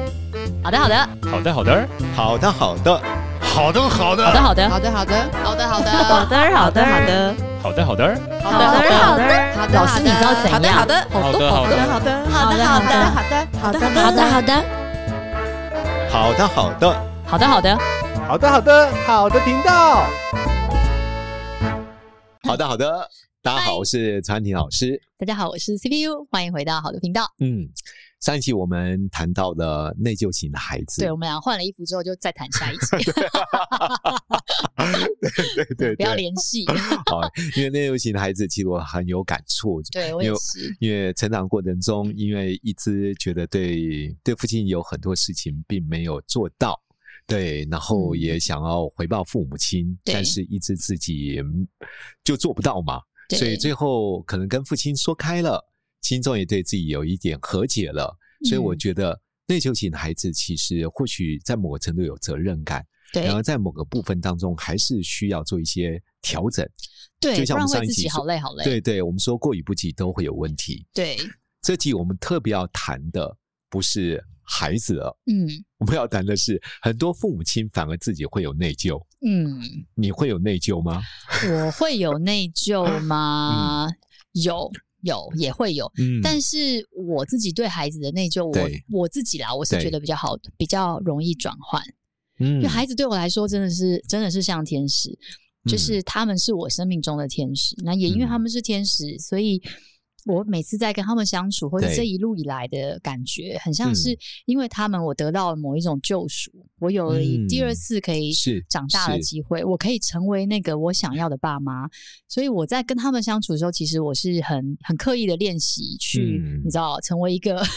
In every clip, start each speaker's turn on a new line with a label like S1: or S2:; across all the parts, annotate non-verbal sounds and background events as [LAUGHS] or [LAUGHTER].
S1: 好的，好的，好的，好
S2: 好的，好的，好的，好的，的好的
S3: 好的，好的，好的，好的，好的，好的，
S4: 好的，好的，
S5: 好的，好的，好的，好的，好
S1: 的，
S5: 好的，
S2: 老师，你知道怎样？好
S5: 好的，
S2: 的，
S3: 好的好的
S5: 好的，
S2: 好的
S5: 好
S2: 好
S5: 的，
S2: 的
S5: 好的，好
S2: 好
S5: 的，
S2: 的，好的，
S4: 好的，好的，
S2: 好的，好的，
S6: 好的，好的，好的频道。
S4: 好的，好的。大家好，我是餐婷老师。
S2: 大家好，我是 CPU，欢迎回到好的频道。
S4: 嗯，上一期我们谈到了内疚型的孩子，
S2: 对我们俩换了衣服之后，就再谈下一期，
S4: 对对
S2: 不要
S4: 对，
S2: 联系。
S4: [LAUGHS] 好，因为内疚型的孩子其实我很有感触，
S2: 对我也是，
S4: 因为成长过程中，因为一直觉得对对父亲有很多事情并没有做到，对，然后
S2: 嗯
S4: 也想要回报父母亲，
S2: 对
S4: 但是一直自己嗯就做不到嘛，
S2: 对
S4: 所以最后可能跟父亲说开了，心中也对自己有一点和解了，所以我
S2: 嗯
S4: 觉得。内疚型的孩子其实或许在某个程度有责任感，
S2: 对
S4: 然后在某个部分当中还是需要做一些调整。
S2: 对，
S4: 就
S2: 不
S4: 像我
S2: 然
S4: 们
S2: 会
S4: 上一
S2: 自
S4: 集
S2: 己
S4: 说
S2: 好累好累。
S4: 对对，我们说过于不及都会有问题。
S2: 对，
S4: 这集我们特别要谈的不是孩子了，
S2: 嗯
S4: 我们要谈的是很多父母亲反而自己会有内疚。
S2: 嗯，
S4: 你会有内疚吗？
S2: 我会有内疚吗？有有也会有，
S4: 嗯
S2: 但是我自己对孩子的内疚，
S4: 对
S2: 我我自己啦，我是
S4: 对
S2: 觉得比较好，比较容易转换。因
S4: 嗯
S2: 为孩子对我来说真的是真的是像天使，就
S4: 嗯
S2: 是他们是我生命中的天使。那也因为他
S4: 嗯
S2: 们是天使，所以我每次在跟他们相处，或者
S4: 对
S2: 这一路以来的感觉，很
S4: 嗯
S2: 像是因为他们，我得到了某一种救赎，我有了一第二
S4: 嗯
S2: 次可以
S4: 是
S2: 长大的
S4: 是
S2: 机会，我可以成为那个我想要的爸妈。所以我在跟他们相处的时候，其实我是很很刻意的练习去，
S4: 嗯
S2: 你知道，成为一个 [LAUGHS]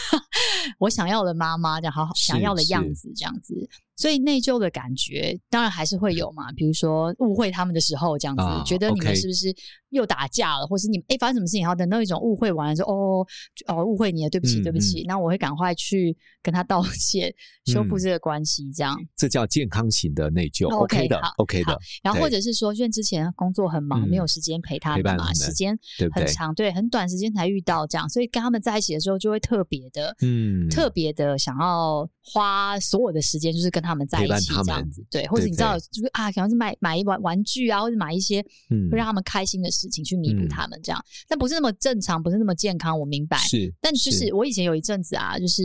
S2: 我想要的妈妈，这样好好想
S4: 是
S2: 要的样
S4: 是
S2: 子，这样子。所以内疚的感觉当然还是会有嘛，比如说误会他们的时候，这样子、
S4: 啊
S2: 觉得你们
S4: OK
S2: 是不是又打架了，或是你们哎、发生什么事情，然后等到一种误会完了之后，哦哦误会你了，对不起
S4: 嗯
S2: 对不起，那我会赶快去跟他道歉，修复
S4: 嗯
S2: 这个关系，这样。
S4: 这叫健康型的内疚
S2: OK，
S4: ，OK 的
S2: 好
S4: ，OK
S2: 好
S4: 的，
S2: 然后或
S4: 对
S2: 者是说，因为之前工作很忙，没有
S4: 嗯
S2: 时间陪他
S4: 陪
S2: 们
S4: 伴
S2: 嘛，
S4: 他
S2: 时
S4: 们
S2: 间
S4: 对不
S2: 很
S4: 对？
S2: 长，对，很短时间才遇到这样，所以跟他们在一起的时候就会特别的，
S4: 嗯
S2: 特别的想要花所有的时间，就是跟他们在
S4: 陪
S2: 一
S4: 伴
S2: 起
S4: 他
S2: 这样
S4: 们
S2: 子，对，或者
S4: 对
S2: 你
S4: 不
S2: 知道，
S4: 对
S2: 就是啊，可能是买买一玩玩具啊，或者买一些
S4: 嗯
S2: 会让他们开心的事情去弥补
S4: 嗯
S2: 他们这样，但不是那么正常，不是那么健康，我明白，
S4: 是，
S2: 但就是我以前有一阵子啊，就是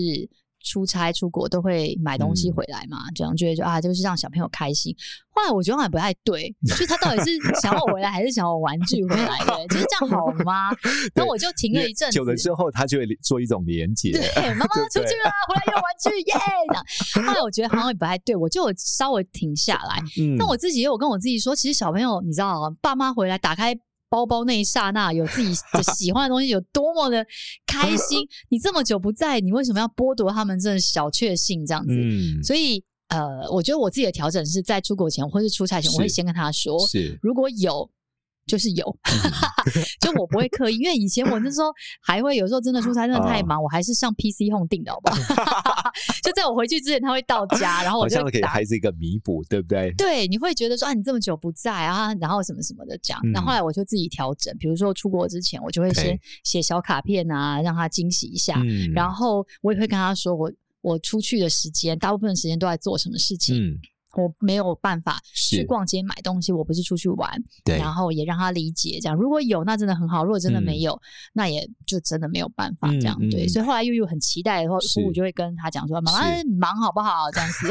S2: 出差出国都会买东西
S4: 嗯
S2: 回来嘛，这样觉得就啊，就是让小朋友开心。后来我觉得好像不太对，就是他到底
S4: [LAUGHS]
S2: 是想要我回来，还是想要我玩具回来的？ [LAUGHS] 就是这样好吗？那
S4: 对
S2: 我就停
S4: 因
S2: 了
S4: 为
S2: 一阵子
S4: 久。了之后，他就会做一种连接。
S2: 对，妈妈出去了，回来用玩具耶！这样后来我觉得好像也不太对，我就有稍微停下来。
S4: 嗯
S2: 但我自己也有跟我自己说，其实小朋友，你知道啊，爸妈回来打开包包那一刹那，有
S4: [LAUGHS]
S2: 自己的喜欢的东西，有多么的
S4: 嗯
S2: 开心。你这么久不在，你为什么要剥夺他们这小确幸这样子？
S4: 嗯，
S2: 所以，呃，我觉得我自己的调整是在出国前或是出差前，我会
S4: 是
S2: 先跟他说， [LAUGHS]
S4: 是嗯
S2: 如果有。就是有，就我不会刻意，因为以前我那
S4: [LAUGHS]
S2: 时候还会有时候真的出差真的太
S4: 哦
S2: 忙，我还是上 PC Home 订的，好不 [LAUGHS] 好？就在我回去之前，他会到家，然后我
S4: 好
S2: 就
S4: 像
S2: 会
S4: 给
S2: 打
S4: 孩子一个弥补，对不对？
S2: 对，你会觉得说啊，你这么久不在啊，然后什么什么的这样。然后
S4: 嗯
S2: 后来我就自己调整，比如说出国之前，我就会先
S4: 对
S2: 写小卡片啊，让他惊喜一下。
S4: 嗯
S2: 然后我也会跟他说我。我出去的时间，大部分的时间都在做什么事情？
S4: 嗯，
S2: 我没有办法去
S4: 是
S2: 逛街买东西，我不是出去玩。
S4: 对，
S2: 然后也让他理解这样，如果有那真的很好，如果真的没
S4: 嗯
S2: 有，那也就真的没有办法
S4: 嗯
S2: 这样。
S4: 嗯
S2: 对，所以后来悠悠很期待，然后
S4: 是
S2: 我就会跟他讲说：“妈妈
S4: 是啊
S2: 忙好不好？”这样
S4: [LAUGHS]
S2: 子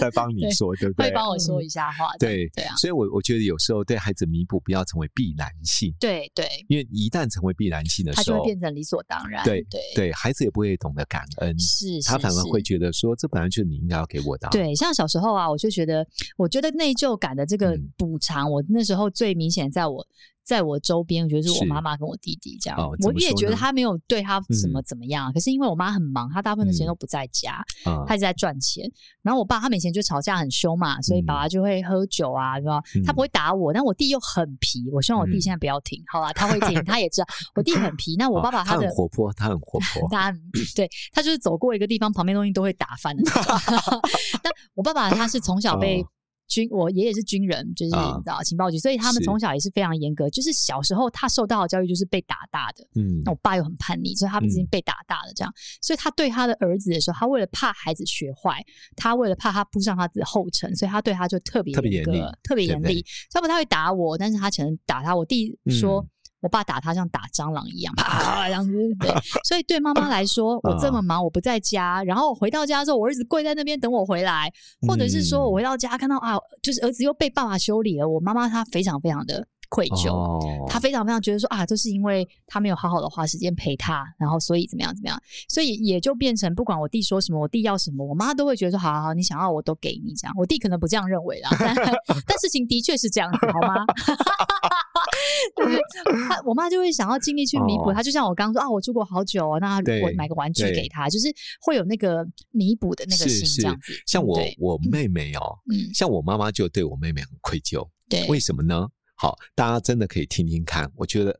S4: 再帮你
S2: 对
S4: 说，对不
S2: 会
S4: 对？
S2: 帮我说一下话。这样
S4: 嗯对
S2: 对啊，
S4: 所以我我觉得有时候对孩子弥补不要成为必然性，
S2: 对对，
S4: 因为一旦成为必然性的
S2: 他
S4: 时
S2: 就会
S4: 候，
S2: 变成理所当然。
S4: 对
S2: 对，
S4: 对孩子也不会懂得感恩，
S2: 是
S4: 他
S2: 是
S4: 反而
S2: 是
S4: 会觉得说这本来就是你应该要给我的啊、
S2: 对，像小时候啊，我就觉得，我觉得内疚感的这个
S4: 嗯
S2: 补偿，我那时候最明显在我。在我周边，我觉得是我
S4: 是
S2: 妈妈跟我弟弟这样，
S4: 哦
S2: 我
S4: 怎么
S2: 也
S4: 说
S2: 觉得
S4: 呢
S2: 他没有对他怎么
S4: 嗯
S2: 怎么样，啊可是因为我妈很忙，她大部分的时间
S4: 嗯
S2: 都不在家，
S4: 啊
S2: 她一直在赚钱。然后我爸他们以前就吵架很凶嘛，所以爸
S4: 嗯
S2: 爸就会喝酒啊，是吧？他不会打我，但我弟又很皮。我希望我弟
S4: 嗯
S2: 现在不要停，好啦，他会停，他也知道我弟
S4: [LAUGHS]
S2: 很皮。那我
S4: 啊
S2: 爸爸
S4: 他
S2: 的
S4: 很活泼，他很活泼， [CLEARS THROAT]
S2: 他很对他
S4: [LAUGHS]
S2: 就是走过一个地方，旁边东西都会打翻的那种。但我爸爸他是从小被
S4: 哦
S2: 军，我爷爷是军人，就是
S4: 啊
S2: 你知道情报局，所以他们
S4: 是
S2: 从小也是非常严格。就是小时候他受到的教育就是被打大的，[LAUGHS]
S4: 嗯
S2: 那我爸又很叛逆，所以他们已经被打大了这样。所以他对他的儿子的时候，他为了怕孩子学坏，他为了怕他步上他的后尘，所以他对他就特别
S4: 特别
S2: 严
S4: 严厉
S2: 格，特别
S4: 对
S2: 严
S4: 不对
S2: 厉。他不太会打我，但是他可能打他。我弟说。
S4: 嗯
S2: 我爸打他像打蟑螂一样，啪，这样子。
S4: [LAUGHS]
S2: 对，所以对妈妈来说，我
S4: 嗯
S2: 这么忙，我不在家，然后回到家之后，我儿子跪在那边等我回来，或者是
S4: 嗯
S2: 说我回到家看到啊，就是儿子又被爸爸修理了，我妈妈她非常非常的愧疚。
S4: 哦
S2: 他非常非常觉得说啊，都是因为他没有好好的花时间陪他，然后所以怎么样怎么样，所以也就变成不管我弟说什么，我弟要什么，我妈都会觉得说好好好，你想要我都给你这样。我弟可能不这样认为啦，
S4: [LAUGHS]
S2: 但但事情的确是这样子，好吗？ [LAUGHS] 对，他我妈就会想要尽力去弥补
S4: 哦
S2: 他，就像我刚刚说啊，我住过好久、哦，那
S4: 对
S2: 我买个玩具
S4: 对
S2: 给他，就是会有那个弥补的那个
S4: 是
S2: 心
S4: 是
S2: 这样子。
S4: 像我
S2: 对
S4: 我妹妹哦，
S2: 嗯
S4: 像我妈妈就对我妹妹很愧疚，
S2: 对，
S4: 为什么呢？好，大家真的可以听听看，我
S2: [LAUGHS]
S4: 觉得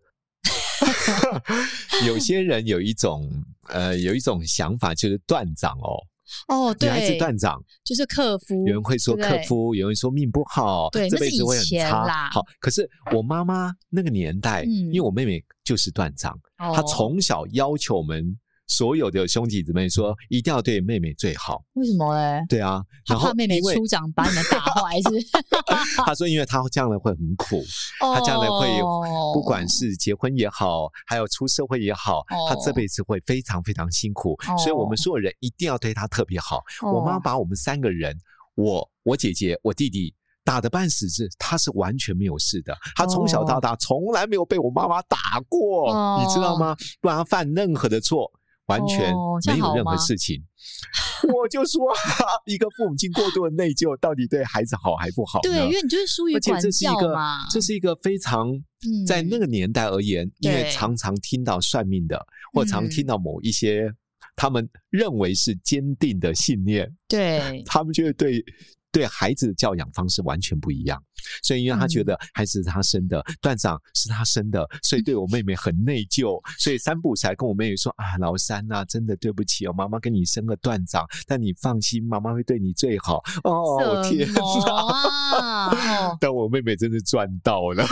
S4: 有些人有一种呃有一种想法，就是断掌哦，
S2: 哦，
S4: 女孩子
S2: 对，
S4: 断掌，
S2: 就是客服，
S4: 有人会说
S2: 对不
S4: 克
S2: 对
S4: 夫，有人说命不好，
S2: 对
S4: 这
S2: 那是
S4: 辈子会
S2: 以
S4: 很
S2: 前啦
S4: 差。好，可是我妈妈那个年代，
S2: 嗯
S4: 因为我妹妹就是断掌，
S2: 哦
S4: 她从小要求我们所有的兄弟姊妹说，一定要对妹妹最好。
S2: 为什么嘞？
S4: 对啊，
S2: 他
S4: 然后
S2: 怕妹妹
S4: 因为
S2: 出掌把你们打坏，是不是？
S4: [LAUGHS]
S2: [LAUGHS]
S4: 她说，因为她将来会很苦，
S2: 他
S4: 她将来会
S2: 哦
S4: 不管是结婚也好，还有出社会也好，她这
S2: 哦
S4: 辈子会非常非常辛苦，所以我们所有人一定要对她特别好。
S2: 哦
S4: 我妈把我们三个人，我、我姐姐、我弟弟。打得半死是，她是完全没有事的。她从小
S2: 哦
S4: 到大从来没有被我妈妈打过，你知道吗？不然她犯任何的错，完全
S2: 哦这
S4: 没
S2: 样
S4: 有
S2: 好
S4: 任何
S2: 吗
S4: 事情。我就说， [LAUGHS] 一个父母亲过度的内疚，到底对孩子好还不好呢？
S2: 对，因为你就是疏于
S4: 而且
S2: 管
S4: 这是一
S2: 教
S4: 个
S2: 嘛，，
S4: 这是一个非常
S2: 嗯
S4: 在那个年代而言，因为
S2: 对
S4: 常常听到算命的，或常
S2: 嗯
S4: 听到某一些他们认为是坚定的信念，
S2: 对
S4: 他们就会对对孩子的教养方式完全不一样。所以，因为他觉
S2: 嗯
S4: 得孩子是他生的，段长是他生的，所以对我妹妹很内疚，所以三不五时还跟我妹妹说：“啊，老三呐、真的对不起哦，妈妈跟你生了段长，但你放心，妈妈会对你最好。” [LAUGHS] 哦，天
S2: 什么
S4: 哪！ [LAUGHS]
S2: 啊？哦
S4: 但我妹妹真的赚到了。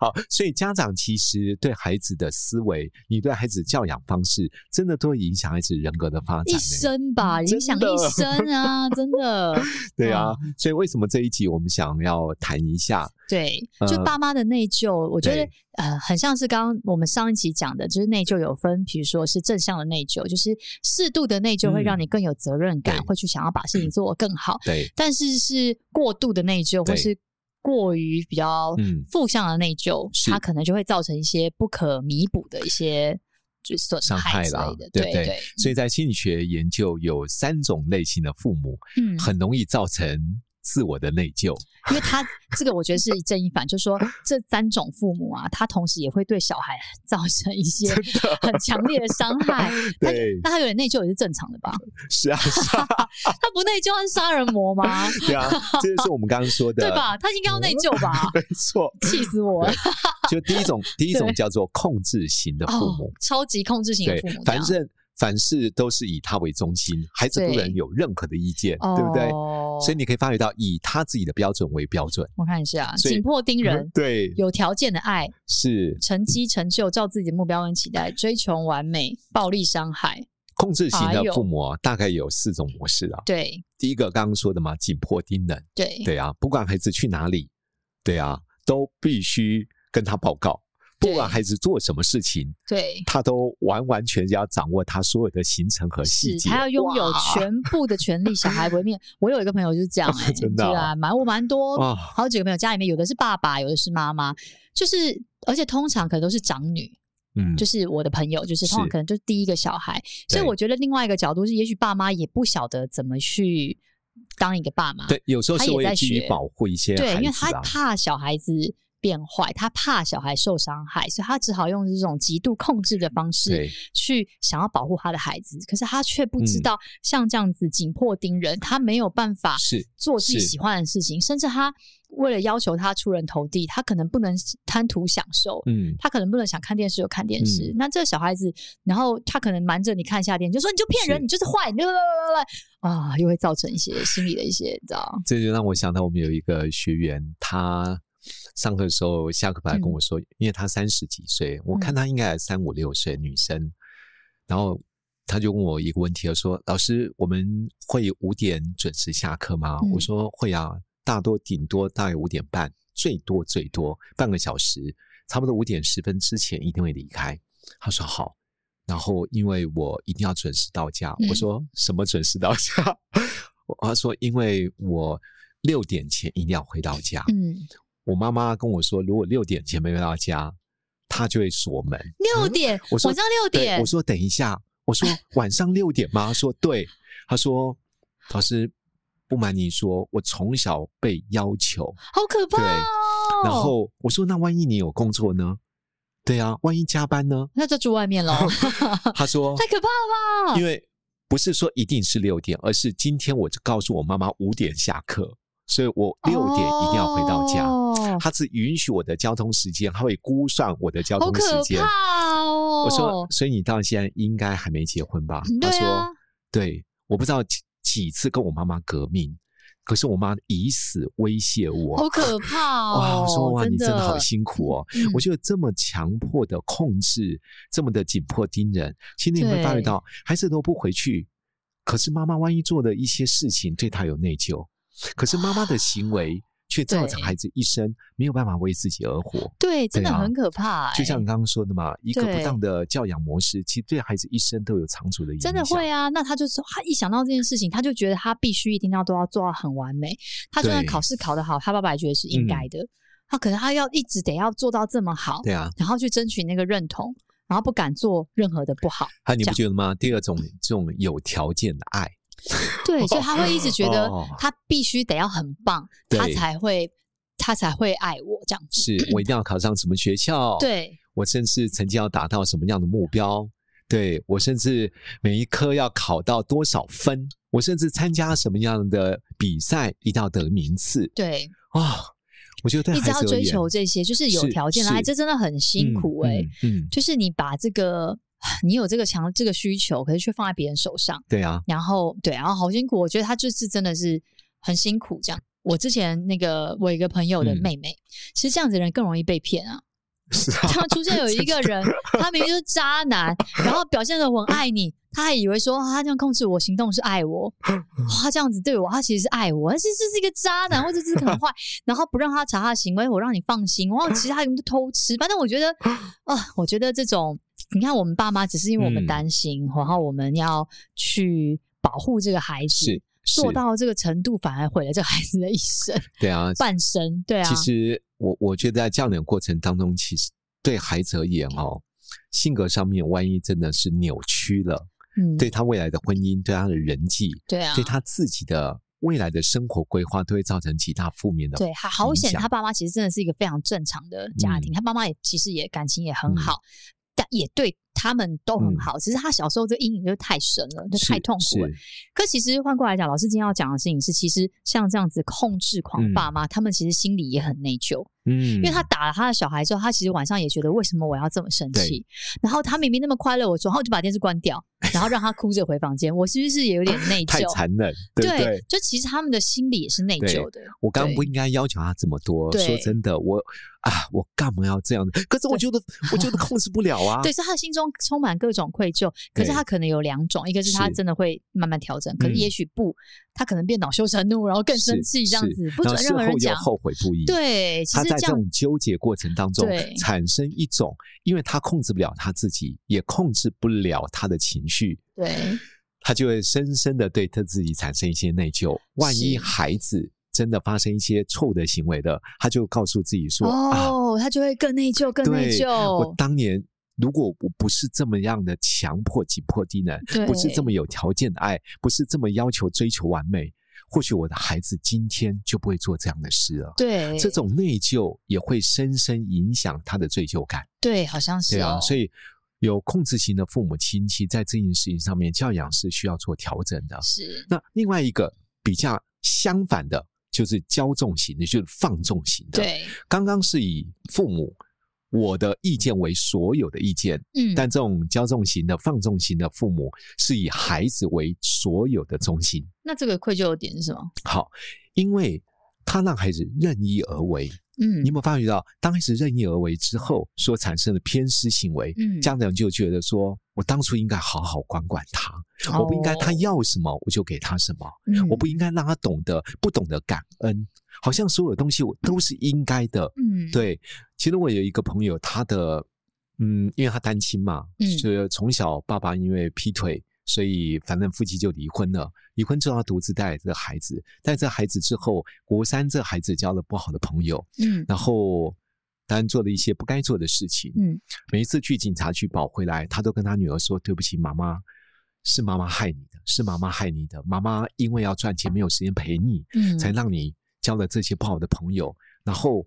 S4: 好，所以家长其实对孩子的思维，你对孩子的教养方式，真的都会影响孩子人格的发展、
S2: 一
S4: 欸。
S2: 生吧，影响
S4: 真的
S2: 一生啊，真
S4: [LAUGHS]
S2: 的。
S4: 对
S2: 哦
S4: 啊，所以为什么这一集我们想要谈一下？
S2: 对，就
S4: 呃
S2: 爸妈的内疚，我觉得
S4: 对
S2: 呃，很像是刚刚我们上一集讲的，就是内疚有分，比如说是正向的内疚，就是适度的内疚会让
S4: 嗯
S2: 你更有责任感，
S4: 对
S2: 会去想要把事情做得更好。
S4: 对，
S2: 但是是过度的内疚，或
S4: 对
S2: 是过于比较
S4: 嗯
S2: 负向的内疚，
S4: 是
S2: 它可能就会造成一些不可弥补的一些就是损
S4: 伤害
S2: 之
S4: 啦
S2: 类的，。
S4: 对
S2: 对
S4: 不对？所以在心理学研究有三种类型的父母，
S2: 嗯，
S4: 很容易造成自我的内疚。
S2: 因为他这个我觉得是一正一反，就是说这三种父母啊，他同时也会对小孩造成一些很强烈的伤
S4: [LAUGHS]
S2: 害。他
S4: 对
S2: 那他有点内疚也是正常的吧？
S4: 是啊，是啊，
S2: 他不内疚，他是杀人魔
S4: [LAUGHS]
S2: 吗？[LAUGHS]
S4: 对啊，这就是我们刚刚说的，
S2: 对？吧？他应该要内疚吧？
S4: 没
S2: [LAUGHS]
S4: 错，
S2: 气死我了！
S4: 就第一种，第一种
S2: 对
S4: 叫做控制型的父
S2: 哦
S4: 母，，
S2: 超级控制型的
S4: 对
S2: 父母，，
S4: 反正凡事都是以他为中心，孩子不
S2: 对
S4: 能有任何的意见，
S2: 这样
S4: 对不对？
S2: 哦
S4: 所以你可以发觉到，以他自己的标准为标准，
S2: 我看一下，啊
S4: 所以嗯
S2: 紧迫盯人，
S4: 对，
S2: 有条件的爱，
S4: 是
S2: 成绩成就，照自己的目标跟期待，追求完美，暴力伤害，
S4: 控制型的
S2: 哎呦
S4: 父母啊大概有四种模式啊。
S2: 对
S4: 第一个刚刚说的嘛，紧迫盯人，
S2: 对
S4: 对啊，不管孩子去哪里，对啊，都必须跟他报告。不
S2: 对
S4: 管孩子做什么事情，
S2: 对，
S4: 他都完完全全要掌握他所有的行程和细
S2: 是
S4: 节。
S2: 他要拥有
S4: 哇
S2: 全部的权利，小孩不会面。我有一个朋友就是
S4: [LAUGHS]
S2: 这样、欸，
S4: 真的
S2: 对
S4: 啊
S2: 啊，蛮我蛮多，
S4: 啊，
S2: 好几个朋友家里面有的是爸爸，有的是妈妈，就是而且通常可能都是长女，
S4: 嗯，
S2: 就是我的朋友，就是通常
S4: 是
S2: 可能就是第一个小孩，所以
S4: 对
S2: 我觉得另外一个角度是，也许爸妈也不晓得怎么去当一个爸妈，
S4: 对，有时候
S2: 他
S4: 是
S2: 也
S4: 我也
S2: 在
S4: 基
S2: 学
S4: 于保护一些
S2: 对，
S4: 孩
S2: 因为
S4: 子
S2: 他
S4: 啊，
S2: 怕小孩子变坏，他怕小孩受伤害，所以他只好用这种极度控制的方式
S4: 对
S2: 去想要保护他的孩子。可是他却不知道，像这样子紧迫盯人，他没有办法
S4: 是
S2: 做自己
S4: 是
S2: 喜欢的事情，甚至他为了要求他出人头地，他可能不能贪图享受，
S4: 嗯，
S2: 他可能不能想看电视就看电视。那这个小孩子，然后他可能瞒着你看一下电视，就说你就骗人，
S4: 是
S2: 你就是坏，你就啦啦啦啦啦啊，又会造成一些心理的一些，你知道？
S4: 这就让我想到我们有一个学员，他上课的时候下课本来
S2: 嗯
S4: 跟我说，因为他三十几岁，我看他应该三五六岁女生，然后他就问我一个问题，他说：“老师，我们会五点准时下课吗？”
S2: 嗯
S4: 我说：“会啊，大多顶多大概五点半，最多最多半个小时，差不多五点十分之前一定会离开。”他说：“好。”然后因为我一定要准时到家，
S2: 嗯
S4: 我说什么准时到家？我他说因为我六点前一定要回到家。
S2: 嗯，
S4: 我妈妈跟我说，如果六点前没回到家，她就会锁门。
S2: 六点，
S4: 我
S2: 晚
S4: 说
S2: 上六
S4: 对
S2: 点
S4: 我，说等一下，
S2: [LAUGHS]
S4: 我说晚上六点吗？她说对，她说老师不瞒你说，我从小被要求，
S2: 好可怕哦！
S4: 然后我说那万一你有工作呢？对啊，万一加班呢？
S2: 那就住外
S4: [LAUGHS]
S2: 面喽，
S4: 她说
S2: 太可怕了吧？
S4: 因为不是说一定是六点，而是今天我就告诉我妈妈五点下课，所以我六点一定要回到家。
S2: 哦
S4: 他是允许我的交通时间，他会估算我的交
S2: 好
S4: 通时
S2: 可
S4: 间。
S2: 怕哦！
S4: 我说，所以你到现在应该还没结婚吧？他
S2: 对啊
S4: 说，对，我不知道几几次跟我妈妈革命，可是我妈以死威胁我。
S2: 好可怕
S4: 哇，
S2: 哦！
S4: 我说哇，你真
S2: 的
S4: 的好辛苦哦！
S2: 嗯
S4: 我觉得这么强迫的控制，这么的紧迫盯人，其实你会发觉
S2: 对
S4: 到，孩子都不回去，可是妈妈万一做的一些事情对他有内疚，可是妈妈的行为却造成
S2: 啊对
S4: 孩子一生没有办法为自己而活。
S2: 对，真的
S4: 对啊
S2: 很可怕、欸，
S4: 就像你刚刚说的嘛，一个不
S2: 对
S4: 当的教养模式，其实对孩子一生都有长足的影响。
S2: 真的会啊，那他就是他一想到这件事情，他就觉得他必须一定要都要做到很完美。他就算
S4: 对嗯
S2: 考试考得好，他爸爸也觉得是应该的。他可能他要一直得要做到这么好，
S4: 对啊，
S2: 然后去争取那个认同，然后不敢做任何的不好。
S4: 还有你
S2: 这样
S4: 不觉得吗？第二种这种有条件的爱，
S2: 对，所以他会一直觉得
S4: 哦
S2: 他必须得要很棒，他
S4: 对
S2: 才会他才会爱我这样子。
S4: 是我一定要考上什么学校，，
S2: 对，
S4: 我甚至成绩要达到什么样的目标，对我甚至每一科要考到多少分，我甚至参加什么样的比赛一定要得名次
S2: 对，
S4: 啊、我觉得对
S2: 一直要
S4: 孩子而
S2: 追
S4: 言
S2: 求这些，就是有
S4: 是
S2: 条件的
S4: 是
S2: 爱，这真的很辛苦哎、
S4: 嗯，嗯嗯
S2: 就是你把这个 [SIGHS] 你有这个强这个需求，可是却放在别人手上，
S4: 对啊，
S2: 然后对，然后好辛苦。我觉得他这次真的是很辛苦。这样，我之前那个我有一个朋友的
S4: 嗯
S2: 妹妹，其实这样子的人更容易被骗啊。
S4: [LAUGHS] 是啊，
S2: 他出现有一个人，他明明就是渣男，然后表现的我很爱你，他还以为说、啊他这样控制我行动是爱我，哇他这样子对我，他其实是爱我，他其实是一个渣男或者是很
S4: [LAUGHS]
S2: 坏，然后不让他查他的行为，我让你放心，然后其他人都偷吃，反正我觉得，啊，我觉得这种，你看我们爸妈只是因为我们
S4: 嗯
S2: 担心，然后我们要去保护这个孩子
S4: 是。是
S2: 做到这个程度，反而毁了这个孩子的一生、
S4: 对啊，
S2: 半生。对啊，
S4: 其实我我觉得在教养过程当中，其实对孩子而言哦，性格上面万一真的是扭曲了，
S2: 嗯，
S4: 对他未来的婚姻、对他的人际、
S2: 对啊，
S4: 对他自己的未来的生活规划，都会造成极大负面的。
S2: 对，还好
S4: 影
S2: 险，
S4: 响
S2: 他爸妈其实真的是一个非常正常的家庭，他爸妈也其实也感情也很
S4: 嗯
S2: 好，但也对他们都很
S4: 嗯
S2: 好。只是他小时候这个阴影就太深了，就是太痛苦了。
S4: 是
S2: 可其实换过来讲，老师今天要讲的事情是，其实像这样子控制狂
S4: 嗯
S2: 爸妈，他们其实心里也很内疚，
S4: 嗯，
S2: 因为他打了他的小孩之后，他其实晚上也觉得为什么我要这么生气？然后他明明那么快乐，我说，然后我就把电视关掉，然后让他哭着回房间，我是不是也有点内
S4: 太
S2: 疚？
S4: 残忍，对不对？
S2: 就其实他们的心里也是内
S4: 对
S2: 疚的。
S4: 我刚刚
S2: 对
S4: 不应该要求他这么多。
S2: 对
S4: 说真的，我啊，我干嘛要这样？可是我觉得，我觉得控制不了啊。
S2: 对，所以他的心中充满各种愧疚。可是
S4: 对
S2: 他可能有两种，一个是他
S4: 是嗯
S2: 真的会慢慢调整，可是也许不，他可能变恼羞成怒，然后更
S4: 是，
S2: 生气这样
S4: 是
S2: 子，不准
S4: 然后
S2: 任何
S4: 事
S2: 人
S4: 后又
S2: 讲。
S4: 后悔不已。
S2: 对，其
S4: 他
S2: 实
S4: 在
S2: 这
S4: 这
S2: 样
S4: 种纠结过程当中
S2: 对
S4: 产生一种，因为他控制不了他自己，也控制不了他的情绪，
S2: 对
S4: 他就会深深的对他自己产生一些内疚。万一
S2: 是
S4: 孩子真的发生一些错误的行为了，他就告诉自己说：“啊，
S2: 哦，他就会更内疚，更内
S4: 对我
S2: 疚。
S4: 当年。”如果我不是这么样的强迫、紧迫、低能，不是这么有条件的爱，不是这么要求、追求完美，或许我的孩子今天就不会做这样的事了。
S2: 对，
S4: 这种内疚也会深深影响他的罪疚感，
S2: 对，好像是
S4: 对啊，
S2: 哦
S4: 所以有控制型的父母亲戚在这件事情上面，教养是需要做调整的。
S2: 是
S4: 那另外一个比较相反的，就是骄纵型的，就是放纵型的。，
S2: 对，
S4: 刚刚是以父母我的意见为所有的意见，
S2: 嗯，
S4: 但这种骄纵型的、放纵型的父母是以孩子为所有的中心。
S2: 那这个愧疚的点是什么？
S4: 好，因为他让孩子任意而为。
S2: 嗯
S4: 你有没有发觉到，当孩子任意而为之后所产生的偏私行为，
S2: 嗯
S4: 家长就觉得说，我当初应该好好管管他，我不应该他
S2: 哦
S4: 要什么我就给他什么，
S2: 嗯
S4: 我不应该让他懂得不懂得感恩，好像所有东西我都是应该的。
S2: 嗯，
S4: 对，其实我有一个朋友，他的嗯，因为他单亲嘛，
S2: 嗯
S4: 是从小爸爸因为劈腿，所以反正夫妻就离婚了。离婚之后，他独自带着这个孩子，带着孩子之后，国三这孩子交了不好的朋友，
S2: 嗯
S4: 然后当然做了一些不该做的事情。
S2: 嗯，
S4: 每一次去警察局保回来，他都跟他女儿说：“对不起，妈妈。”是妈妈害你的，是妈妈害你的。妈妈因为要赚钱，没有时间陪你，
S2: 嗯，
S4: 才让你交了这些不好的朋友。然后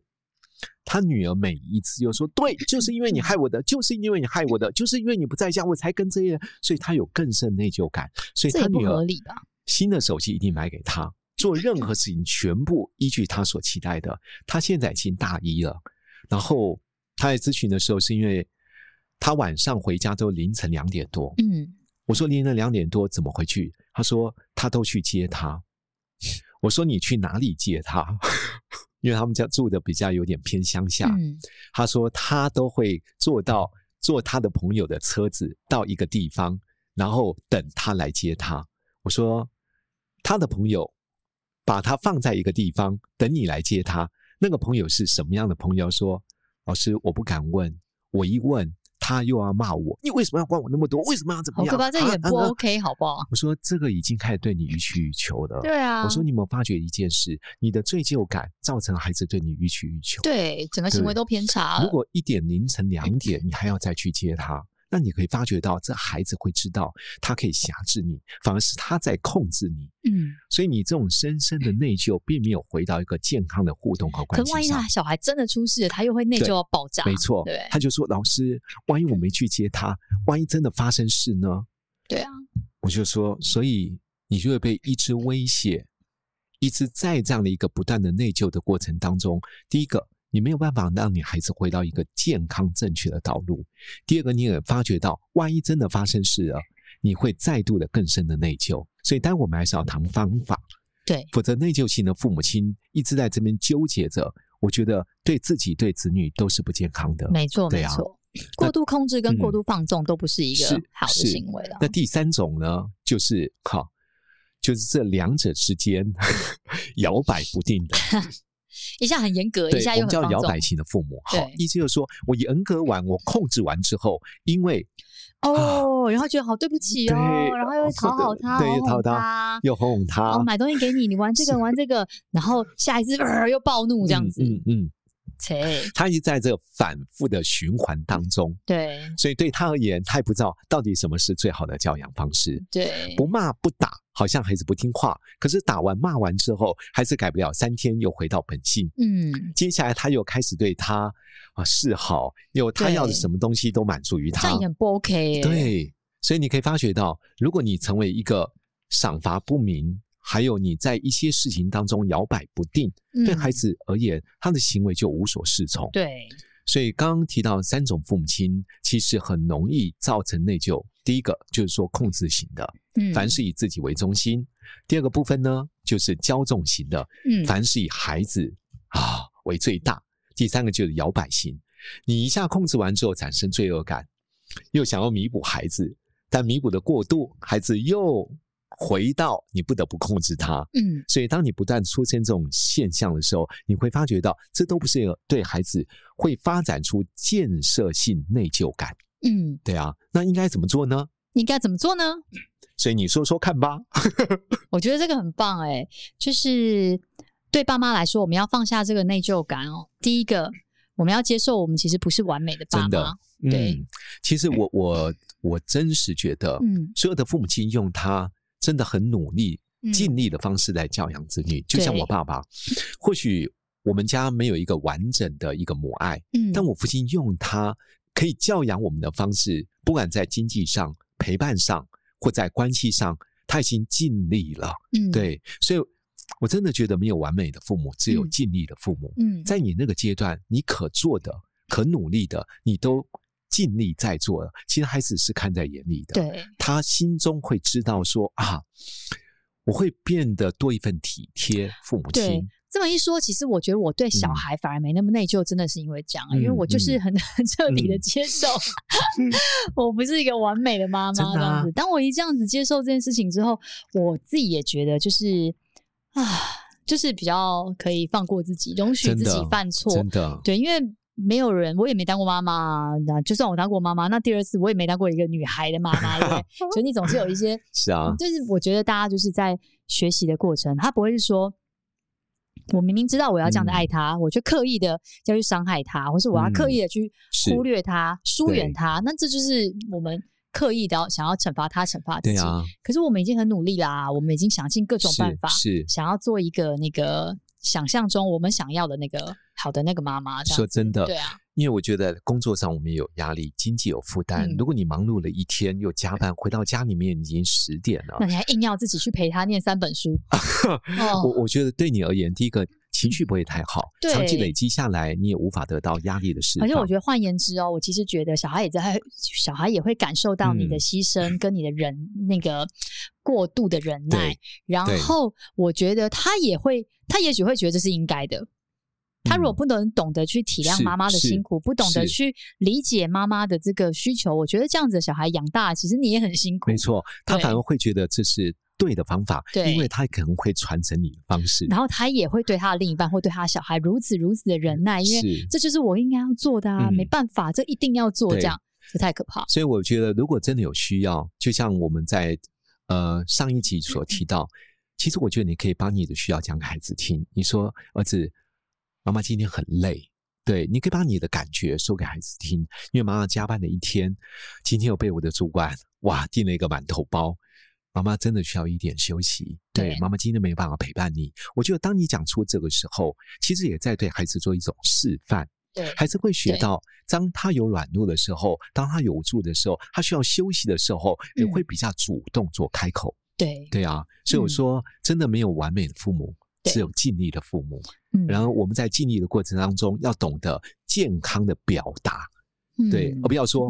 S4: 他女儿每一次又说：“对，就是因为
S2: 嗯
S4: 你害我的，就是因为你害我的，就是因为你不在家，我才跟这些人。”所以他有更深的内疚感。所以
S2: 这
S4: 他
S2: 也不
S4: 女
S2: 合
S4: 儿
S2: 理吧？
S4: 新的手机一定买给他，做任何事情全部依据他所期待的。他现在已经大一了，然后他在咨询的时候是因为。他晚上回家都凌晨两点多，
S2: 嗯，
S4: 我说凌晨两点多怎么回去？他说他都去接他。我说你去哪里接他？因为他们家住的比较有点偏乡下。
S2: 嗯
S4: 他说他都会坐到坐他的朋友的车子到一个地方，然后等他来接他。我说他的朋友把他放在一个地方等你来接他，那个朋友是什么样的朋友？说老师我不敢问，我一问他又要骂我，你为什么要管我那么多？为什么要怎
S2: 好
S4: 么样？
S2: 可怕，这
S4: 啊
S2: 也不
S4: 啊啊
S2: OK，好不好？
S4: 我说这个已经开始对你予取予求了。
S2: 对啊，
S4: 我说你有没有发觉一件事？你的罪疚感造成孩子对你予取予求。
S2: 对，整个行为
S4: 对
S2: 都偏差
S4: 如
S2: 了。嗯
S4: 果一点凌晨两点你还要再去接他，那你可以发觉到这孩子会知道，他可以辖制你，反而是他在控制你。
S2: 嗯，
S4: 所以你这种深深的内疚，并没有回到一个健康的互动和
S2: 可
S4: 关
S2: 万
S4: 系
S2: 一
S4: 上
S2: 他。小孩真的出事了，他又会内
S4: 对
S2: 疚要爆炸。
S4: 没错
S2: 对，
S4: 他就说：“老师，万一我没去接他，万一真的发生事呢？”
S2: 对啊，
S4: 我就说，所以你就会被一直威胁，一直在这样的一个不断的内疚的过程当中。第一个，你没有办法让你孩子回到一个健康正确的道路；第二个，你也发觉到，万一真的发生事了，你会再度的更深的内疚。所以，当然我们还是要谈方法，
S2: 对，
S4: 否则内疚型的父母亲一直在这边纠结着，我觉得对自己对子女都是不健康的。
S2: 没错，
S4: 对
S2: 没
S4: 啊
S2: 错。过度控制跟
S4: 嗯
S2: 过度放纵都不是一个
S4: 是
S2: 好的
S4: 是
S2: 行为了。
S4: 那第三种呢，就是好，就是这两者之间 [LAUGHS] 摇摆不定的，
S2: 一下很严格，
S4: 对
S2: 一，下
S4: 我
S2: 又
S4: 们
S2: 很
S4: 叫
S2: 放
S4: 摇
S2: 纵
S4: 摆型的父母。好
S2: 对，
S4: 意思就是说我严格完，我控制完之后，因为
S2: 哦，然后觉得好对不起哦，
S4: 对
S2: 然后又
S4: 哦
S2: 讨好他，
S4: 对
S2: 哄
S4: 又讨
S2: 哄
S4: 他
S2: 他，
S4: 又哄哄他
S2: 哦，，买东西给你，你玩这个玩这个，然后下一次、呃、又暴怒这样子，
S4: 嗯嗯嗯，
S2: 切、
S4: 他一直在这反复的循环当中，
S2: 对
S4: 所以对他而言，他也不知道到底什么是最好的教养方式。
S2: 对，
S4: 不骂不打，好像孩子不听话，可是打完骂完之后，还是改不了，三天又回到本性。
S2: 嗯，
S4: 接下来他又开始对他啊示好，又他要的
S2: 对
S4: 什么东西都满足于
S2: 这
S4: 他
S2: 样也，很不 OK 耶、
S4: 对，所以你可以发觉到，如果你成为一个赏罚不明，还有你在一些事情当中摇摆不定，
S2: 嗯，
S4: 对孩子而言，他的行为就无所适从。
S2: 对
S4: 所以刚刚提到三种父母亲，其实很容易造成内疚。第一个就是说控制型的，
S2: 嗯，
S4: 凡是以自己为中心；第二个部分呢，就是骄纵型的，
S2: 嗯
S4: 凡是以孩子啊为最大。第三个就是摇摆型，你一下控制完之后产生罪恶感，又想要弥补孩子，但弥补的过度，孩子又回到你不得不控制他。
S2: 嗯
S4: 所以，当你不断出现这种现象的时候，你会发觉到这都不是一个对孩子会发展出建设性内疚感。
S2: 嗯，
S4: 对啊，那应该怎么做呢？
S2: 你应该怎么做呢？
S4: 所以你说说看吧。
S2: 我觉得这个很棒哎、就是对爸妈来说，我们要放下这个内疚感哦。第一个，我们要接受我们其实不是完美的爸
S4: 真的
S2: 妈，对
S4: 嗯，其实我我我真实觉得，
S2: 嗯
S4: 所有的父母亲用他真的很努力
S2: 嗯
S4: 尽力的方式来教养子女。就像我爸爸，或许我们家没有一个完整的一个母爱，
S2: 嗯，
S4: 但我父亲用他可以教养我们的方式，不管在经济上、陪伴上，或在关系上，他已经尽力了。
S2: 嗯，
S4: 对，所以我真的觉得没有完美的父母，只有
S2: 嗯
S4: 尽力的父母。
S2: 嗯，
S4: 在你那个阶段，你可做的、可努力的，你都尽力在做了。其实孩子是看在眼里的，，
S2: 对，
S4: 他心中会知道说啊，我会变得多一份体贴父母
S2: 对
S4: 亲。
S2: 这么一说，其实我觉得我对小
S4: 嗯
S2: 孩反而没那么内疚，真的是因为这样啊，因为
S4: 嗯
S2: 我就是
S4: 嗯
S2: 很 [LAUGHS] 很彻底的接受， [LAUGHS] 我不是一个完美的妈
S4: [LAUGHS] 真
S2: 妈
S4: 的
S2: 这样
S4: 啊
S2: 子。当我一这样子接受这件事情之后，我自己也觉得就是啊，就是比较可以放过自己，容许
S4: 真
S2: 自己
S4: 的
S2: 犯错
S4: 真，的，
S2: 对，因为没有人，我也没当过妈妈，那就算我当过妈妈，那第二次我也没当过一个女孩的妈妈，对不
S4: [LAUGHS]
S2: 对？所以你总是有一些，
S4: 是啊，
S2: 就是我觉得大家就是在学习的过程，他不会是说。我明明知道我要这样的
S4: 嗯
S2: 爱他，我却刻意的要去伤害他，或是我要刻意的去
S4: 是
S2: 忽略他、疏
S4: 对
S2: 远他，那这就是我们刻意的想要惩罚他、惩罚自
S4: 对
S2: 己。
S4: 啊，
S2: 可是我们已经很努力啦，我们已经想尽各种办法，
S4: 是是。
S2: 想要做一个那个想象中我们想要的那个好的那个妈妈。这样
S4: 说
S2: 子
S4: 真的
S2: 对啊，
S4: 因为我觉得工作上我们有压力，经济有负担。
S2: 嗯
S4: 如果你忙碌了一天又加班，回到家里面已经十点了
S2: 那，你还硬要自己去陪他念三本
S4: [LAUGHS]
S2: 书，哦，
S4: 我我觉得对你而言，第一个情绪不会太好，
S2: 对
S4: 长期累积下来，你也无法得到压力的释放。
S2: 而且我觉得换言之哦，我其实觉得小孩也在，小孩也会感受到你的
S4: 嗯
S2: 牺牲跟你的忍、那个过度的忍耐
S4: 对，
S2: 然
S4: 对
S2: 后我觉得他也会，他也许会觉得这是应该的。他如果
S4: 嗯
S2: 不能懂得去体谅
S4: 是
S2: 妈妈的
S4: 是
S2: 辛苦，不懂得
S4: 是
S2: 去理解妈妈的这个需求，我觉得这样子的小孩养大，其实你也很辛苦。
S4: 没错，他
S2: 对
S4: 反而会觉得这是对的方法，
S2: 对
S4: 因为他可能会传承你的方式。
S2: 然后他也会对他的另一半或对他的小孩如此如此的忍耐，因为
S4: 是，
S2: 这就是我应该要做的啊，
S4: 嗯
S2: 没办法，这一定要做，
S4: 对
S2: 这样这太可怕。
S4: 所以我觉得如果真的有需要，就像我们在呃上一集所提到，其实我觉得你可以把你的需要讲给孩子听。你说，儿子，妈妈今天很累。对，你可以把你的感觉说给孩子听，因为妈妈加班了一天，今天又被我的主管哇订了一个馒头包，妈妈真的需要一点休息。对，
S2: 对
S4: 妈妈今天没有办法陪伴你。我觉得当你讲出这个时候，其实也在对孩子做一种示范。
S2: 对
S4: 孩子会学
S2: 对
S4: 到，当他有软弱的时候，当他有无助的时候，他需要休息的时候，也
S2: 嗯
S4: 会比较主动做开口。
S2: 对，
S4: 对啊，所以我
S2: 嗯
S4: 说，真的没有完美的父母，
S2: 对
S4: 只有尽力的父母。
S2: 嗯
S4: 然后我们在尽力的过程当中，要懂得健康的表达，对，哦
S2: 嗯
S4: 而不要说。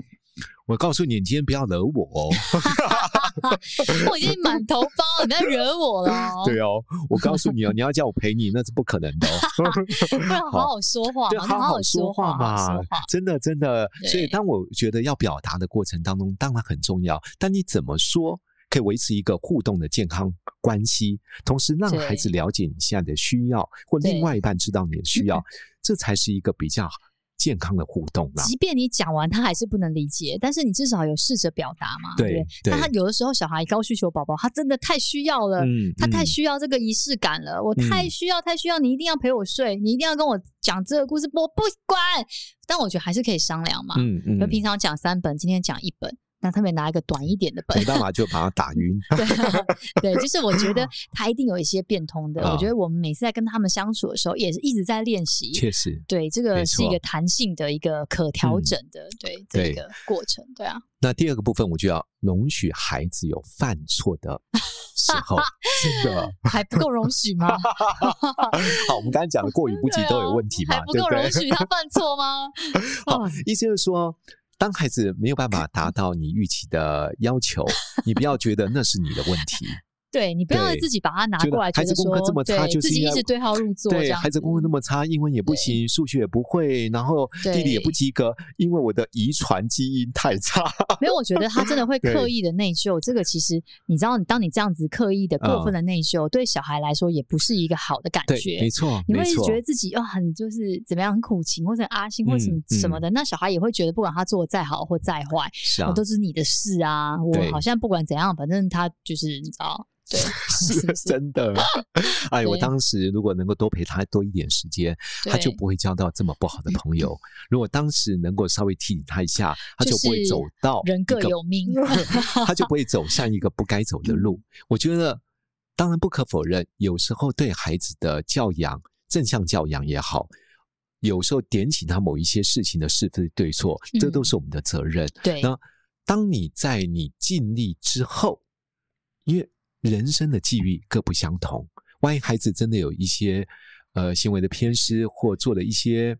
S4: 我告诉你，你今天不要惹我哦。
S2: [LAUGHS] 我已经满头包了，你不要惹我了哦，
S4: [LAUGHS] 对哦，我告诉你哦，你要叫我陪你，那是不可能的哦。
S2: [LAUGHS] 不然好好说话
S4: 对，
S2: 嘛，好
S4: 好
S2: 说
S4: 话
S2: 好
S4: 嘛
S2: 好说话，
S4: 真的真的。所
S2: 对
S4: 以，当我觉得要表达的过程当中，当然很重要，但你怎么说可以维持一个互动的健康关系，同时让
S2: 对
S4: 孩子了解你现在的需要，或
S2: 对
S4: 另外一半知道你的
S2: [LAUGHS]
S4: 需要，这才是一个比较健康的互动啦。
S2: 即便你讲完，他还是不能理解，但是你至少有试着表达嘛，
S4: 对
S2: 对不
S4: 对
S2: 那他有的时候小孩高需求宝宝，他真的太需要了。
S4: 嗯，
S2: 他太
S4: 嗯
S2: 需要这个仪式感了，我太
S4: 嗯
S2: 需要，太需要！你一定要陪我睡，你一定要跟我讲这个故事，我不管。但我觉得还是可以商量嘛。
S4: 嗯嗯
S2: 就，平常讲三本，今天讲一本，那特别拿一个短一点的本
S4: 没，办法就把他打晕。
S2: 对， [LAUGHS] 就是我觉
S4: [LAUGHS]
S2: 得他一定有一些变通的。我
S4: 啊
S2: 觉得我们每次在跟他们相处的时候，也是一直在练习。[LAUGHS]
S4: 确实，
S2: 对，这个
S4: 没
S2: 是一
S4: 错
S2: 个弹性的一个可调
S4: 嗯
S2: 整的，对这
S4: 对
S2: 个过程，对啊，
S4: 那第二个部分，我就要容许孩子有犯错的时
S2: [LAUGHS]
S4: 候，真的。 [LAUGHS]
S2: 还不够容许吗？
S4: 好，我们刚才讲的 [LAUGHS] 过与不及
S2: 对
S4: 都有
S2: 啊
S4: 问题嘛，
S2: 还不
S4: 对
S2: 够
S4: 不对
S2: 容？许他
S4: [LAUGHS]
S2: 犯错吗？ [LAUGHS] 哦
S4: 好，意思就是说，当孩子没有办法达到你预期的要求，你不要觉得那是你的问
S2: [LAUGHS]
S4: 题。
S2: 对你不要
S4: 对
S2: 自己把它拿
S4: 觉
S2: 过
S4: 得
S2: 来，觉
S4: 孩
S2: 得
S4: 子
S2: 说
S4: 功课这么差，
S2: 对
S4: 就
S2: 自
S4: 是
S2: 己
S4: 因
S2: 一
S4: 为
S2: 直对号入座，这
S4: 对，
S2: 样
S4: 孩子功课那
S2: 么
S4: 么差，英文也不
S2: 对
S4: 行，数学也不会，然后地理也
S2: 对
S4: 不及格，因为我的遗传基因太差。
S2: 没有，我觉得他真的会
S4: 对
S2: 刻意的内疚。这个其实你知道，当你这样子刻意的过分的内疚，对小孩来说也不是一个好的感
S4: 嗯对，
S2: 觉
S4: 没。错，
S2: 你会
S4: 没
S2: 一直
S4: 错
S2: 觉，得自己哦很就是怎么样很苦情，或者很阿星，或者什么
S4: 嗯嗯
S2: 什么的，那小孩也会觉得不管他做的再好或再坏，
S4: 是
S2: 我
S4: 啊
S2: 都。是你的事啊，我
S4: 对
S2: 好像不管怎样，反正他就是啊你知道，对，是不是？
S4: 真的， [LAUGHS] 哎，我
S2: 对
S4: 当时如果能够多陪他多一点时间，他就
S2: 对
S4: 不会交到这么不好的朋友。如果当时能够稍微提醒他一下，他
S2: 就
S4: 就不会
S2: 是
S4: 走到
S2: 人
S4: 一
S2: 各
S4: 个
S2: 有命，
S4: [LAUGHS]
S2: 嗯
S4: 他就不会走向一个不该走的路。我觉得当然不可否认，有时候对孩子的教养，正向教养也好，有时候点起他某一些事情的是非对错，这都
S2: 嗯
S4: 是我们的责任。
S2: 对，
S4: 那当你在你尽力之后，因为人生的际遇各不相同，万一孩子真的有一些呃行为的偏失，或做了一些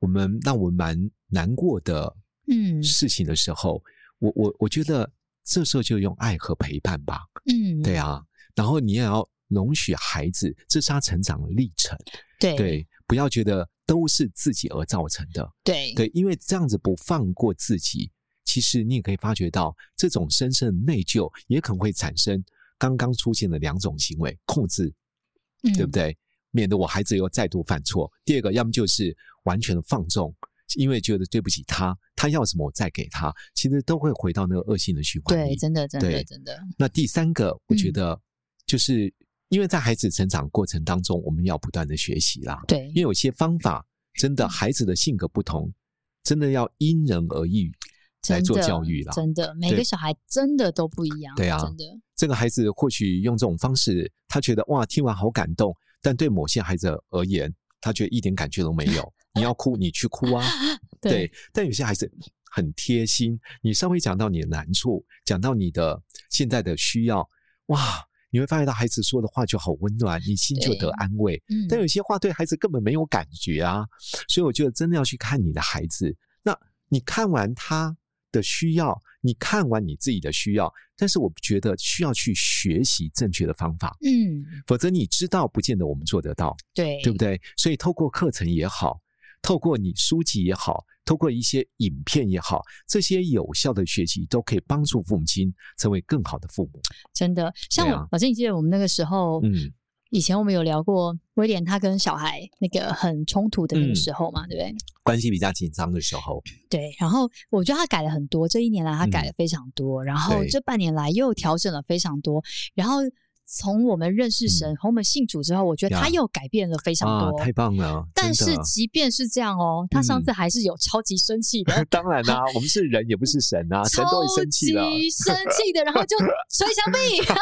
S4: 我们让我们蛮难过的
S2: 嗯
S4: 事情的时候，我我我觉得这时候就用爱和陪伴吧，
S2: 嗯，
S4: 对啊，然后你也要容许孩子，这是他成长的历程，
S2: 对
S4: 对，不要觉得都是自己而造成的，
S2: 对
S4: 对，因为这样子不放过自己，其实你也可以发觉到，这种深深的内疚也可能会产生刚刚出现的两种行为：控制，对
S2: 嗯
S4: 不对？免得我孩子又再度犯错。第二个，要么就是完全的放纵，因为觉得对不起他，他要什么我再给他，其实都会回到那个恶性的循环里。
S2: 对，真的真的
S4: 对
S2: 真的，
S4: 那第三个，我觉
S2: 嗯
S4: 得就是因为在孩子成长过程当中，我们要不断的学习啦。
S2: 对嗯
S4: 因为有些方法真的孩子的性格不同，真的要因人而异来
S2: 真
S4: 做
S2: 的
S4: 教育啦。
S2: 真的每
S4: 对
S2: 个小孩真的都不一样，
S4: 对啊
S2: 真的
S4: 这个孩子或许用这种方式，他觉得哇，听完好感动，但对某些孩子而言，他觉得一点感觉都没有。你要哭，你去哭啊。对，但有些孩子很贴心，你稍微讲到你的难处，讲到你的现在的需要，哇，你会发现到孩子说的话就好温暖，你心就
S2: 对
S4: 得安慰。
S2: 嗯，
S4: 但有些话对孩子根本没有感觉啊，所以我觉得真的要去看你的孩子。那你看完他的需要，你看完你自己的需要，但是我觉得需要去学习正确的方法，
S2: 嗯，
S4: 否则你知道不见得我们做得到，
S2: 对
S4: 对不对？所以透过课程也好，透过你书籍也好，透过一些影片也好，这些有效的学习都可以帮助父母亲成为更好的父母。
S2: 真的，像
S4: 对
S2: 我
S4: 啊
S2: 老师，你记得我们那个时候，
S4: 嗯，
S2: 以前我们有聊过威廉他跟小孩那个很冲突的那个
S4: 嗯
S2: 时候嘛，对不对？
S4: 关系比较紧张的时候，
S2: 对，然后我觉得他改了很多，这一年来他改了非常多，然后
S4: 嗯对
S2: 这半年来又调整了非常多，然后从我们认识神、从我们信主之后，我觉得
S4: 嗯呀
S2: 他又改变了非常
S4: 啊，
S2: 多。
S4: 太棒了！
S2: 但
S4: 真的
S2: 是即便是这样哦，他上
S4: 嗯，
S2: 次还是有超级生气的
S4: [LAUGHS] 当然啦、我们是人，也不是神啊，神都
S2: 超
S4: 会生气的。
S2: 级生气的，然后就捶墙壁。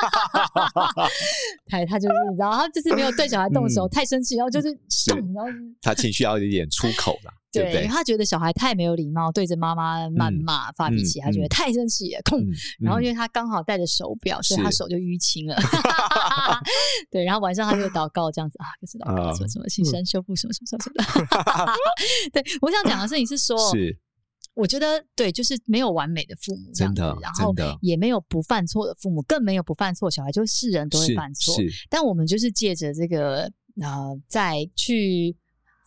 S4: [LAUGHS]
S2: 他他就是你知道，他就是没有对小孩动手，
S4: 嗯
S2: 太生气，然后就是
S4: 是
S2: 咚，然后就是
S4: 他情绪要有一点出口
S2: [LAUGHS]
S4: 了，对不
S2: 对，因为
S4: 对？
S2: 他觉得小孩太没有礼貌，对着妈妈谩骂、发脾气，
S4: 嗯
S2: 他觉得
S4: 嗯
S2: 太生气了，空。
S4: 嗯
S2: 然后因
S4: 嗯
S2: 为他刚好戴着手表，所以他
S4: 是
S2: 手就淤青
S4: [LAUGHS]
S2: 了。对，然后晚上他就祷告这样子啊，就是祷告
S4: 啊
S2: 什么什么新生修复什么什么什么什么的。
S4: [LAUGHS]
S2: [LAUGHS] 对，我想讲的事情是说，
S4: 是
S2: 我觉得对，就是没有完美的父母这样
S4: 真
S2: 子
S4: 的，，
S2: 然后
S4: 真的
S2: 也没有不犯错的父母，更没有不犯错小孩，就是人都会
S4: 是
S2: 犯错。
S4: 是
S2: 但我们就是借着这个呃，再去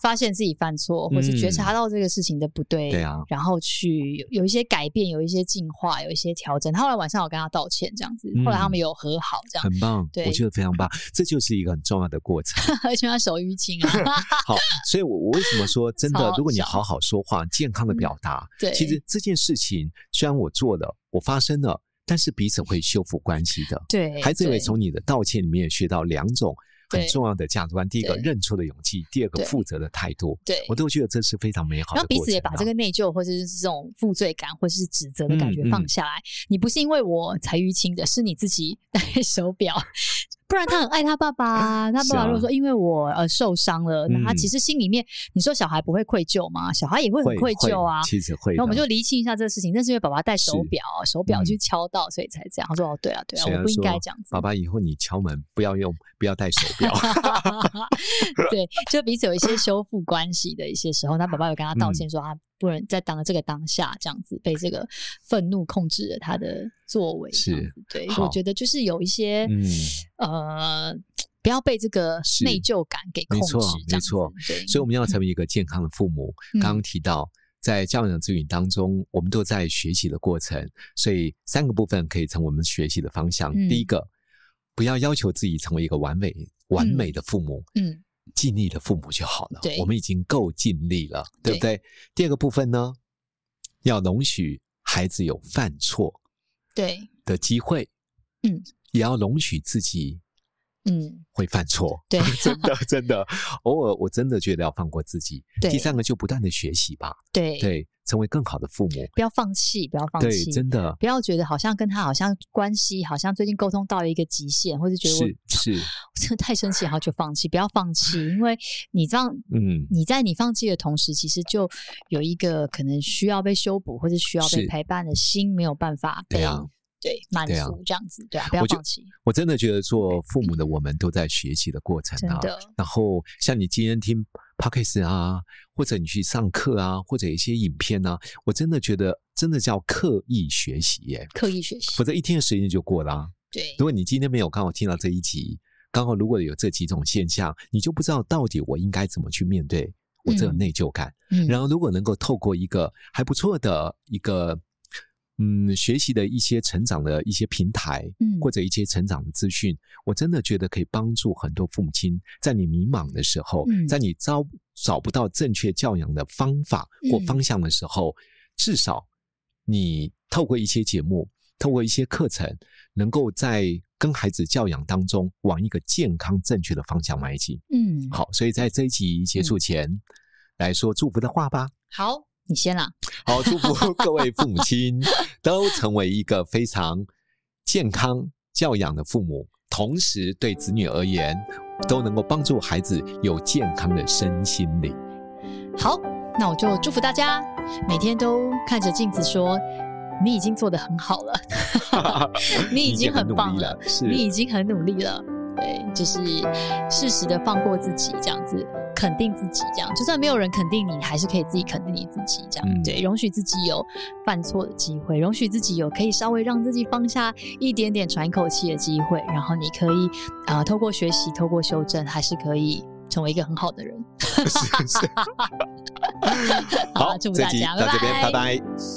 S2: 发现自己犯错，或是觉察到这个事情的不对，
S4: 嗯对啊
S2: 然后去有有一些改变，有一些进化，有一些调整。他后来晚上我跟他道歉，这样子，
S4: 嗯
S2: 后来他们有和好，这样， [LAUGHS]
S4: 很棒，
S2: 对
S4: 我觉得非常棒，这就是一个很重要的
S2: [LAUGHS]
S4: 过程。
S2: 而且他手淤青
S4: [LAUGHS]
S2: 啊，
S4: 好，所以我我为什么说真的
S2: 超，
S4: 如果你
S2: 小嗯
S4: 好好说话，健康的表达，
S2: 对，
S4: 其实这件事情虽然我做了，我发生了，但是彼此会修复关系的。
S2: 对
S4: 孩子也
S2: 对
S4: 会从你的道歉里面也学到两种很
S2: 对
S4: 重要的价值观：第一个
S2: 对
S4: 认错的勇气，第二个
S2: 对
S4: 负责的态度。
S2: 对
S4: 我都觉得这是非常美好的、
S2: 然
S4: 过
S2: 后彼此也
S4: 程
S2: 把
S4: 啊
S2: 这个内疚或者是这种负罪感或者是指责的感觉
S4: 嗯嗯
S2: 放下来。你不是因为我才淤青的，是你自己戴手表。 [LAUGHS] 不然他很爱他爸爸啊，他爸
S4: 是
S2: 爸
S4: 啊
S2: 如果说因为我呃受伤了，那他
S4: 嗯
S2: 其实心里面，你说小孩不会愧疚吗？小孩也会很
S4: 会
S2: 愧疚啊。
S4: 会其实会的。
S2: 然后我们就厘清一下这个事情，但是因为爸爸戴手
S4: 是
S2: 表，啊手表
S4: 嗯
S2: 去敲到，所以才这样。他说：“哦，对啊，对啊，
S4: 虽
S2: 我
S4: 然
S2: 不应该
S4: 说
S2: 这样子。
S4: 爸爸，以后你敲门不要用，不要戴手
S2: [LAUGHS]
S4: 表。 [LAUGHS]
S2: 对，就彼此有一些修复关系的一些时候，他爸爸有跟他
S4: 嗯
S2: 道歉说，他不能在当这个当下这样子被这个愤怒控制了他的作为。这样
S4: 是
S2: 子，对，
S4: 好
S2: 我觉得就是有一些、 [LAUGHS]
S4: 嗯，
S2: 呃，不要被这个
S4: 是
S2: 内疚感给控
S4: 没
S2: 制
S4: 错，
S2: 这样
S4: 没
S2: 子
S4: 错。
S2: 对，
S4: 所以我们要成为一个健康的父母。
S2: 嗯
S4: 刚刚提到，在教养之旅当中，我们都在学习的过程，所以三个部分可以成为我们学习的方向。
S2: 嗯
S4: 第一个，不要要求自己成为一个完美完
S2: 嗯
S4: 美的父母，
S2: 嗯，
S4: 尽力的父母就好了。
S2: 对
S4: 我们已经够尽力了，对不对？第二个部分呢，要容许孩子有犯错
S2: 对，
S4: 的机会，
S2: 嗯，
S4: 也要容许自己
S2: 嗯，
S4: 会
S2: [LAUGHS]
S4: 犯错， [LAUGHS]
S2: 对
S4: 真的真的，偶尔我真的觉得要放过自己。
S2: 对
S4: 第三个就不断的学习吧，
S2: 对，
S4: 对，成为更好的父母，
S2: 不要放弃，不要放
S4: 对，
S2: 弃，
S4: 真的
S2: 不要觉得好像跟他好像关系好像最近沟通到了一个极限，或者觉得我
S4: 是是，
S2: 我 [LAUGHS] 真的太生气，然后就放弃，不要放弃，因为你这样，
S4: 嗯，
S2: 你在你放弃的同时，其实就有一个可能需要被修补或者需要被
S4: 是
S2: 陪伴的心没有办法被
S4: 对啊。
S2: 对满
S4: 对啊
S2: 足这样子，对啊，不要
S4: 我就
S2: 放弃，
S4: 我真的觉得做父母的我们都在学习的过程
S2: 真
S4: 啊。
S2: 的，
S4: 然后像你今天听 podcast 啊，或者你去上课啊，或者一些影片啊，我真的觉得真的叫刻意学习耶，
S2: 刻意学习
S4: 否，则一天的时间就过了啊、
S2: 对
S4: 如果你今天没有刚好听到这一集，刚好如果有这几种现象，你就不知道到底我应该怎么去面对我这种内疚感。
S2: 嗯
S4: 然后，如果能够透过一个还不错的一个嗯学习的一些成长的一些平台，
S2: 嗯
S4: 或者一些成长的资讯，我真的觉得可以帮助很多父母亲，在你迷茫的时候，
S2: 嗯
S4: 在你找找不到正确教养的方法或
S2: 嗯
S4: 方向的时候，至少你透过一些节目，透过一些课程，能够在跟孩子教养当中往一个健康正确的方向迈进。
S2: 嗯，
S4: 好，所以在这一集结束前。来说祝福的话吧，
S2: 好，你先啦，
S4: 好，祝
S2: [LAUGHS]
S4: 福各位父母亲都成为一个非常健康教养的父母，同时对子女而言，都能够帮助孩子有健康的身心灵。
S2: 好，那我就祝福大家每天都看着镜子说，你已经做得很好了， [LAUGHS] 你已经很
S4: 努
S2: 棒
S4: 力
S2: 了
S4: 了，，是
S2: 你已经很努力了。对，就是适时的放过自己，这样子肯定自己，这样就算没有人肯定你，还是可以自己肯定你自己，这样、
S4: 嗯
S2: 对，容许自己有犯错的机会，容许自己有可以稍微让自己放下一点点喘一口气的机会，然后你可以啊、呃透过学习，透过修正，还是可以成为一个很好的人。
S4: 是是。
S2: [LAUGHS] 好
S4: 好，
S2: 祝福
S4: 这
S2: 大
S4: 集
S2: 家
S4: 到这
S2: 拜
S4: 边，
S2: 拜
S4: 拜拜